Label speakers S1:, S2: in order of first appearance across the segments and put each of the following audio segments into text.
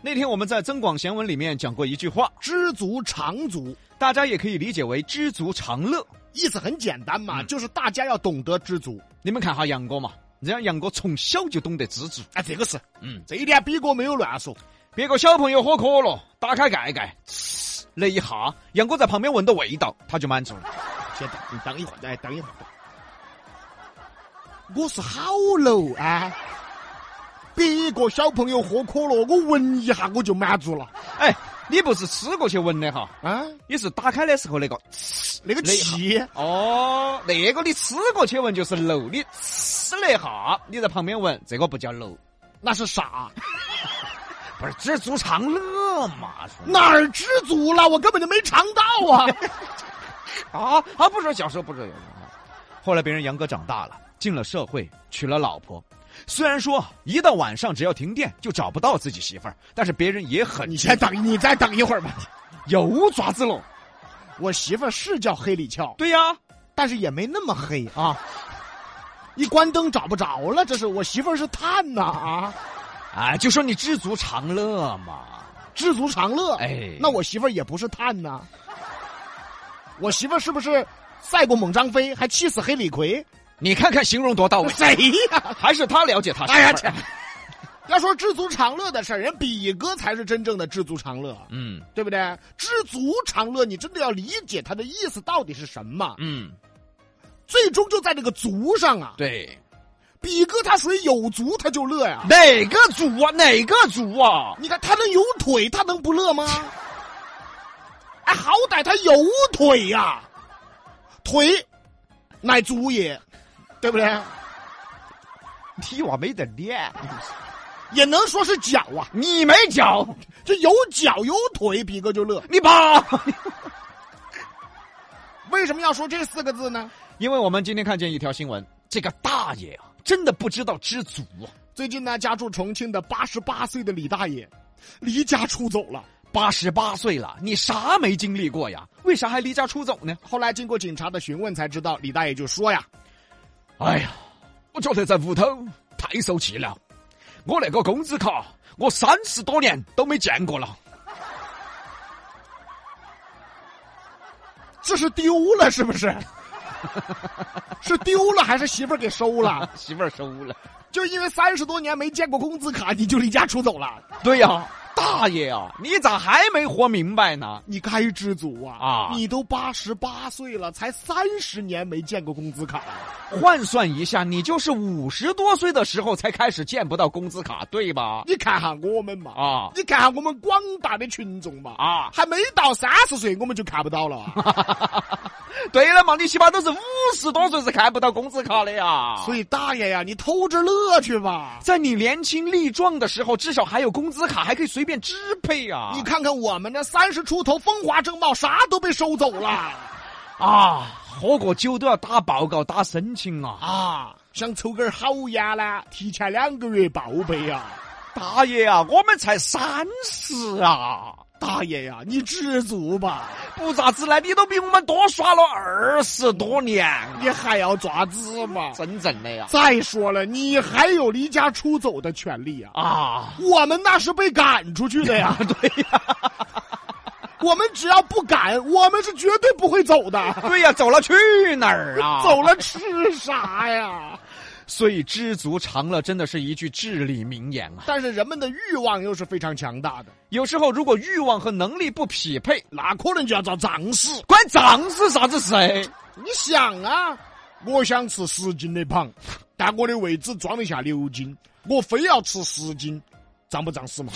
S1: 那天我们在增广贤文里面讲过一句话，
S2: 知足常足，
S1: 大家也可以理解为知足常乐。
S2: 意思很简单嘛，就是大家要懂得知足。
S1: 你们看哈杨哥嘛，人家杨哥从小就懂得知足，
S2: 哎，这个是，
S1: 嗯，
S2: 这一点比哥没有乱说。
S1: 别个小朋友喝可乐，打开盖盖，呲那一下，杨哥在旁边闻到味道，他就满足了。
S2: 先等，你等一会儿，哎，等一会儿。我是好 low 啊！别个小朋友喝可乐，我闻一下我就满足了
S1: 哎，你不是吃过去闻的哈，
S2: 啊！
S1: 你是打开的时候那个
S2: 那个气，
S1: 哦，那个你吃过去闻就是漏，你吃了一下，你在旁边闻，这个不叫漏，
S2: 那是啥？
S1: 不是知足常乐嘛？是吧
S2: 哪儿知足了？我根本就没尝到啊！
S1: 啊啊，不说小时候不说有啊。后来别人杨哥长大了，进了社会，娶了老婆。虽然说一到晚上只要停电就找不到自己媳妇儿，但是别人也很
S2: 你先等，你再等一会儿 吧。
S1: 有爪子了。
S2: 我媳妇儿是叫黑里翘，
S1: 对呀、
S2: 但是也没那么黑啊。
S1: 啊，
S2: 一关灯找不着了，这是我媳妇儿是炭呐啊！
S1: 哎，就说你知足常乐嘛。
S2: 知足常乐。
S1: 哎
S2: 那我媳妇儿也不是炭呐、我媳妇儿是不是赛过猛张飞，还气死黑李逵？
S1: 你看看形容多到 位，
S2: 谁呀、
S1: 还是他了解他媳妇
S2: 哎
S1: 儿。
S2: 呀，这要说知足常乐的事儿，人比哥才是真正的知足常乐，
S1: 嗯
S2: 对不对？知足常乐，你真的要理解他的意思到底是什么，
S1: 嗯，
S2: 最终就在这个足上啊。
S1: 对。
S2: 比哥他属于有足他就乐呀、
S1: 哪个足啊？哪个足啊？
S2: 你看他能有腿，他能不乐吗？哎，好歹他有腿呀、腿乃足也，对不对？
S1: 踢我没得练，
S2: 也能说是脚啊，
S1: 你没脚，
S2: 这有脚有腿，比哥就乐。
S1: 你爸。
S2: 为什么要说这四个字呢？
S1: 因为我们今天看见一条新闻，这个大爷啊，真的不知道知足啊。
S2: 最近呢，家住重庆的八十八岁的李大爷离家出走了。
S1: 八十八岁了，你啥没经历过呀？为啥还离家出走呢？
S2: 后来经过警察的询问才知道，李大爷就说呀
S1: 哎呀，我觉得在屋头太受气了。我那个工资卡，我三十多年都没见过了。：“
S2: 这是丢了是不是？ 是丢了还是媳妇儿给收了？”
S1: 啊媳妇儿收了。
S2: 就因为三十多年没见过工资卡，你就离家出走了？
S1: 对呀、大爷啊，你咋还没活明白呢？
S2: 你该知足啊！
S1: 啊
S2: 你都八十八岁了，才三十年没见过工资卡，
S1: 换算一下，你就是五十多岁的时候才开始见不到工资卡，对吧？
S2: 你看下我们嘛，
S1: 啊
S2: 你看下我们广大的群众嘛，
S1: 啊，
S2: 还没到三十岁，我们就看 不到了啊。
S1: 对了嘛，你起码都是五十多岁是看不到工资卡的呀。
S2: 所
S1: 以
S2: 以大爷呀，你偷着乐去吧。
S1: 在你年轻力壮的时候，至少还有工资卡，还可以随便支配啊。
S2: 你看看我们这三十出头，风华正茂，啥都被收走了
S1: 啊，喝过酒都要打报告、打申请啊。
S2: 啊！想抽根好烟呢，提前两个月报备呀、
S1: 大爷啊，我们才三十啊，
S2: 大爷呀，你知足吧。
S1: 不咋子呢，你都比我们多耍了二十多年啊，
S2: 你还要爪子吗？
S1: 真正的呀。
S2: 再说了，你还有离家出走的权利啊！
S1: 啊，
S2: 我们那是被赶出去的呀，
S1: 对呀、
S2: 我们只要不赶，我们是绝对不会走的。
S1: 对呀、走了去哪儿啊？
S2: 走了吃啥呀？
S1: 所以知足常乐真的是一句至理名言啊。
S2: 但是人们的欲望又是非常强大的，
S1: 有时候如果欲望和能力不匹配，
S2: 那可能就要遭胀死。
S1: 关胀是啥子事？
S2: 你想啊，我想吃十斤的螃，但我的胃只装得下六斤，我非要吃十斤，胀不胀死嘛？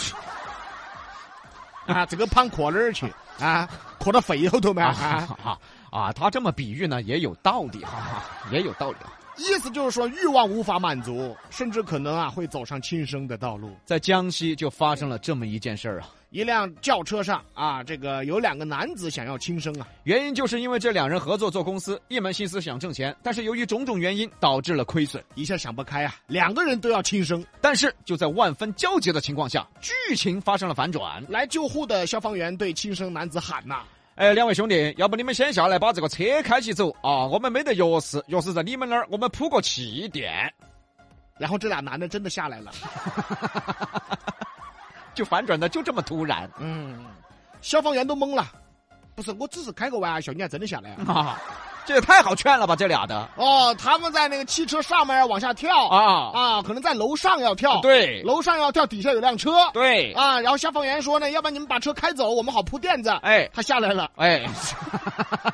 S2: 啊，这个螃扩哪儿去啊？扩到肺后头吗？啊，
S1: 啊啊！他这么比喻呢，也有道理哈、哈，也有道理、啊。
S2: 意思就是说欲望无法满足，甚至可能啊会走上轻生的道路。
S1: 在江西就发生了这么一件事儿啊，
S2: 一辆轿车上啊，这个有两个男子想要轻生啊，
S1: 原因就是因为这两人合作做公司，一门心思想挣钱，但是由于种种原因导致了亏损。
S2: 一下想不开啊，两个人都要轻生。
S1: 但是就在万分焦急的情况下，剧情发生了反转。
S2: 来救护的消防员对轻生男子喊呐、
S1: 哎，两位兄弟，要不你们先下来把这个车开起走啊？我们没得钥匙，钥匙在你们那儿，我们铺个气垫。
S2: 然后这俩男的真的下来了。
S1: 就反转的就这么突然
S2: 嗯，消防员都懵了。不是，我只是开个玩笑，你还真的下来啊？
S1: 啊！这也太好劝了吧，这俩的
S2: 哦，他们在那个汽车上面往下跳啊
S1: 啊！
S2: 啊，可能在楼上要跳，，
S1: 对
S2: 楼上要跳，底下有辆车，
S1: 对，
S2: 啊，然后消防员说呢，要不然你们把车开走，我们好铺垫子。
S1: 哎
S2: 他下来了，
S1: 哎，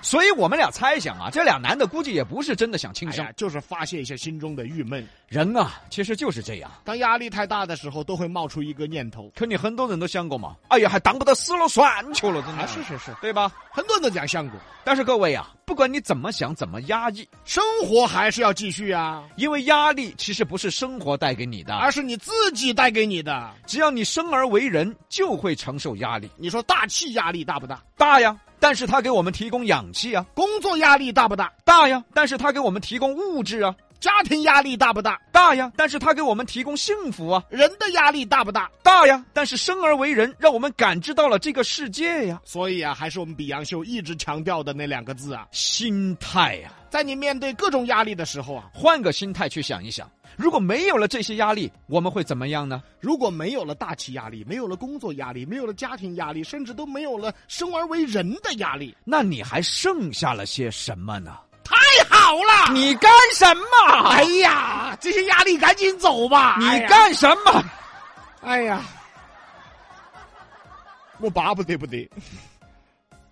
S1: 所以我们俩猜想啊，这俩男的估计也不是真的想轻
S2: 哎
S1: 生
S2: 呀，。就是发泄一下心中的郁闷。
S1: 人啊，其实就是这样。
S2: 当压力太大的时候，都会冒出一个念头，
S1: 肯定很多人都想过嘛，哎呀，还当不到死了算球了，真的、
S2: 啊，是是是，
S1: 对吧？
S2: 很多人都这样想过。
S1: 但是各位啊，不管你怎么想，怎么压抑，
S2: 生活还是要继续啊，
S1: 因为压力其实不是生活带给你的，
S2: 而是你自己带给你的。
S1: 只要你生而为人，就会承受压力
S2: 你说大气压力大不大？
S1: 大呀。但是它给我们提供氧气啊，
S2: 工作压力大不大？
S1: 大呀。但是它给我们提供物质啊，
S2: 家庭压力大不大？
S1: 大呀。但是它给我们提供幸福啊，
S2: 人的压力大不大？
S1: 大呀。但是生而为人，让我们感知到了这个世界呀，
S2: 所以啊，还是我们比杨秀一直强调的那两个字啊，
S1: 心态呀、
S2: 在你面对各种压力的时候啊，
S1: 换个心态去想一想，如果没有了这些压力，我们会怎么样呢？
S2: 如果没有了大气压力，没有了工作压力，没有了家庭压力，甚至都没有了生而为人的压力，
S1: 那你还剩下了些什么呢？
S2: 太好了！
S1: 你干什么？
S2: 哎呀，这些压力赶紧走吧！哎
S1: 你
S2: 呀，
S1: 干什么？
S2: 哎呀，我巴不得不得，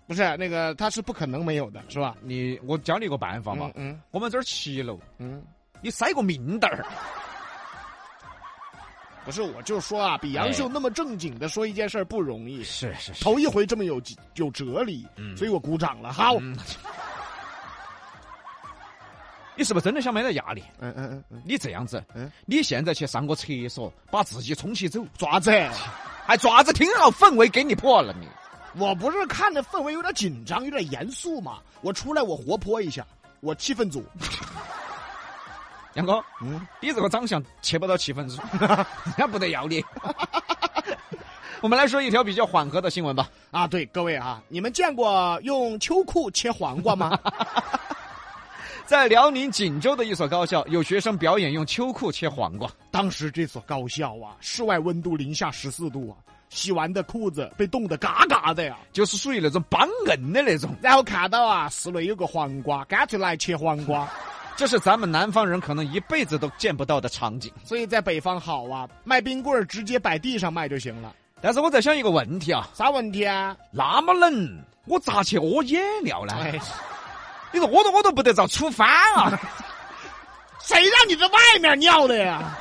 S2: 不是那个，他是不可能没有的，是吧？
S1: 你我教你一个办法嘛，
S2: 嗯
S1: 我们这儿七楼，
S2: 嗯，
S1: 你塞个明灯儿。
S2: 不是，我就说啊，比杨秀那么正经的说一件事儿不容易，
S1: 是是是，
S2: 头一回这么有有哲理，
S1: 嗯
S2: 所以我鼓掌了。好，嗯
S1: 嗯你是不是真的想没得压力？
S2: 嗯嗯嗯，
S1: 你这样子
S2: 嗯，
S1: 你现在去上个厕所，把自己冲洗走，
S2: 爪子，
S1: 还爪子挺好，氛围给你破了你。
S2: 我不是看着氛围有点紧张，有点严肃嘛，我出来我活泼一下，我气氛组，
S1: 杨哥，
S2: 嗯，
S1: 你这个长相去不到七分数，那不得要你。 我们来说一条比较缓和的新闻吧。
S2: 啊，对各位啊，你们见过用秋裤切黄瓜 吗？
S1: 在辽宁锦州的一所高校，有学生表演用秋裤切黄瓜。
S2: 当时这所高校啊，室外温度零下十四度啊，洗完的裤子被冻得嘎嘎的呀。
S1: 就是属于那种帮硬的那种，
S2: 然后看到啊，室内有个黄瓜，干脆来切黄瓜。
S1: 这是咱们南方人可能一辈子都见不到的场景。
S2: 所以在北方好啊，卖冰棍儿直接摆地上卖就行了。
S1: 但是我在想一个问题啊，
S2: 啥问题啊？
S1: 那么冷，我咋去屙野尿呢？
S2: 哎，
S1: 你说屙都屙都不得遭处翻啊！
S2: 谁让你在外面尿的呀？